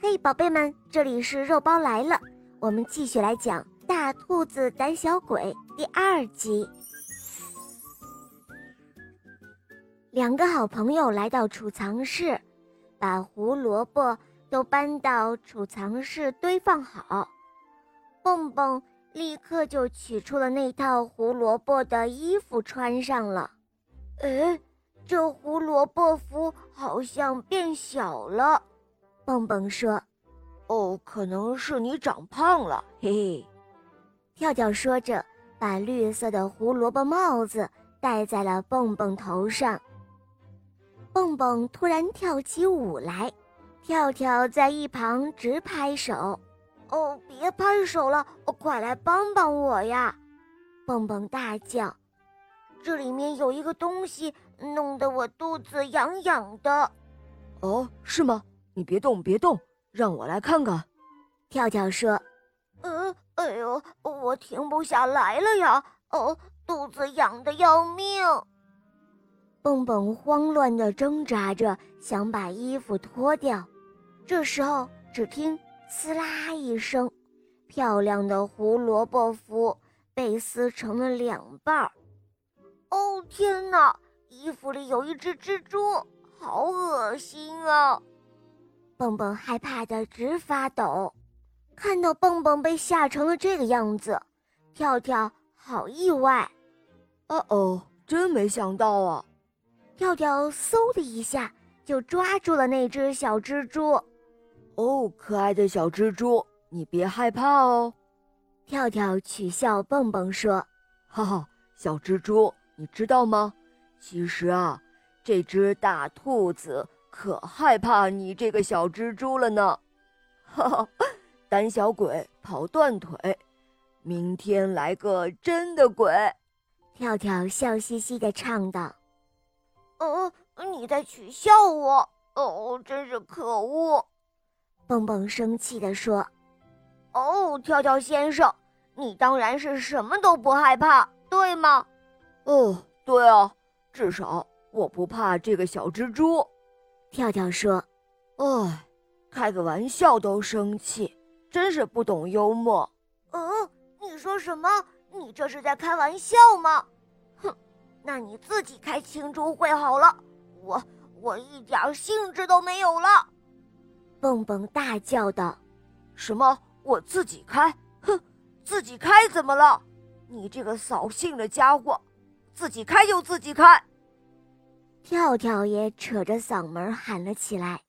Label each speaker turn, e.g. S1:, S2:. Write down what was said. S1: 嘿，宝贝们，这里是肉包来了，我们继续来讲《大兔子胆小鬼》第二集。两个好朋友来到储藏室，把胡萝卜都搬到储藏室堆放好。蹦蹦立刻就取出了那套胡萝卜的衣服穿上了。哎，这胡萝卜服好像变小了。蹦蹦说：“
S2: 哦，可能是你长胖了，嘿嘿。”
S1: 跳跳说着，把绿色的胡萝卜帽子戴在了蹦蹦头上。蹦蹦突然跳起舞来，跳跳在一旁直拍手。
S2: “哦，别拍手了，哦、快来帮帮我呀！”
S1: 蹦蹦大叫：“
S2: 这里面有一个东西，弄得我肚子痒痒的。”“
S3: 哦，是吗？”你别动，别动，让我来看看。
S1: 跳跳说：“
S2: 呃，哎呦，我停不下来了呀！哦，肚子痒得要命。”
S1: 蹦蹦慌乱地挣扎着，想把衣服脱掉。这时候，只听“撕啦”一声，漂亮的胡萝卜服被撕成了两半儿。
S2: 哦，天哪！衣服里有一只蜘蛛，好恶心啊！
S1: 蹦蹦害怕的直发抖，看到蹦蹦被吓成了这个样子，跳跳好意外。
S3: 哦哦，真没想到啊！
S1: 跳跳嗖的一下就抓住了那只小蜘蛛。
S3: 哦，可爱的小蜘蛛，你别害怕哦！
S1: 跳跳取笑蹦蹦说：“
S3: 哈哈，小蜘蛛，你知道吗？其实啊，这只大兔子。”可害怕你这个小蜘蛛了呢，哈哈！胆小鬼跑断腿，明天来个真的鬼。
S1: 跳跳笑嘻嘻地唱道：“
S2: 哦、呃，你在取笑我！哦，真是可恶！”
S1: 蹦蹦生气地说：“
S2: 哦，跳跳先生，你当然是什么都不害怕，对吗？”“
S3: 哦，对啊，至少我不怕这个小蜘蛛。”
S1: 跳跳说：“
S3: 哎，开个玩笑都生气，真是不懂幽默。”“
S1: 哦
S2: 嗯，你说什么？你这是在开玩笑吗？”“哼，那你自己开庆祝会好了，我我一点兴致都没有了。”
S1: 蹦蹦大叫道：“
S3: 什么？我自己开？哼，自己开怎么了？你这个扫兴的家伙，自己开就自己开。”
S1: 跳跳也扯着嗓门喊了起来：“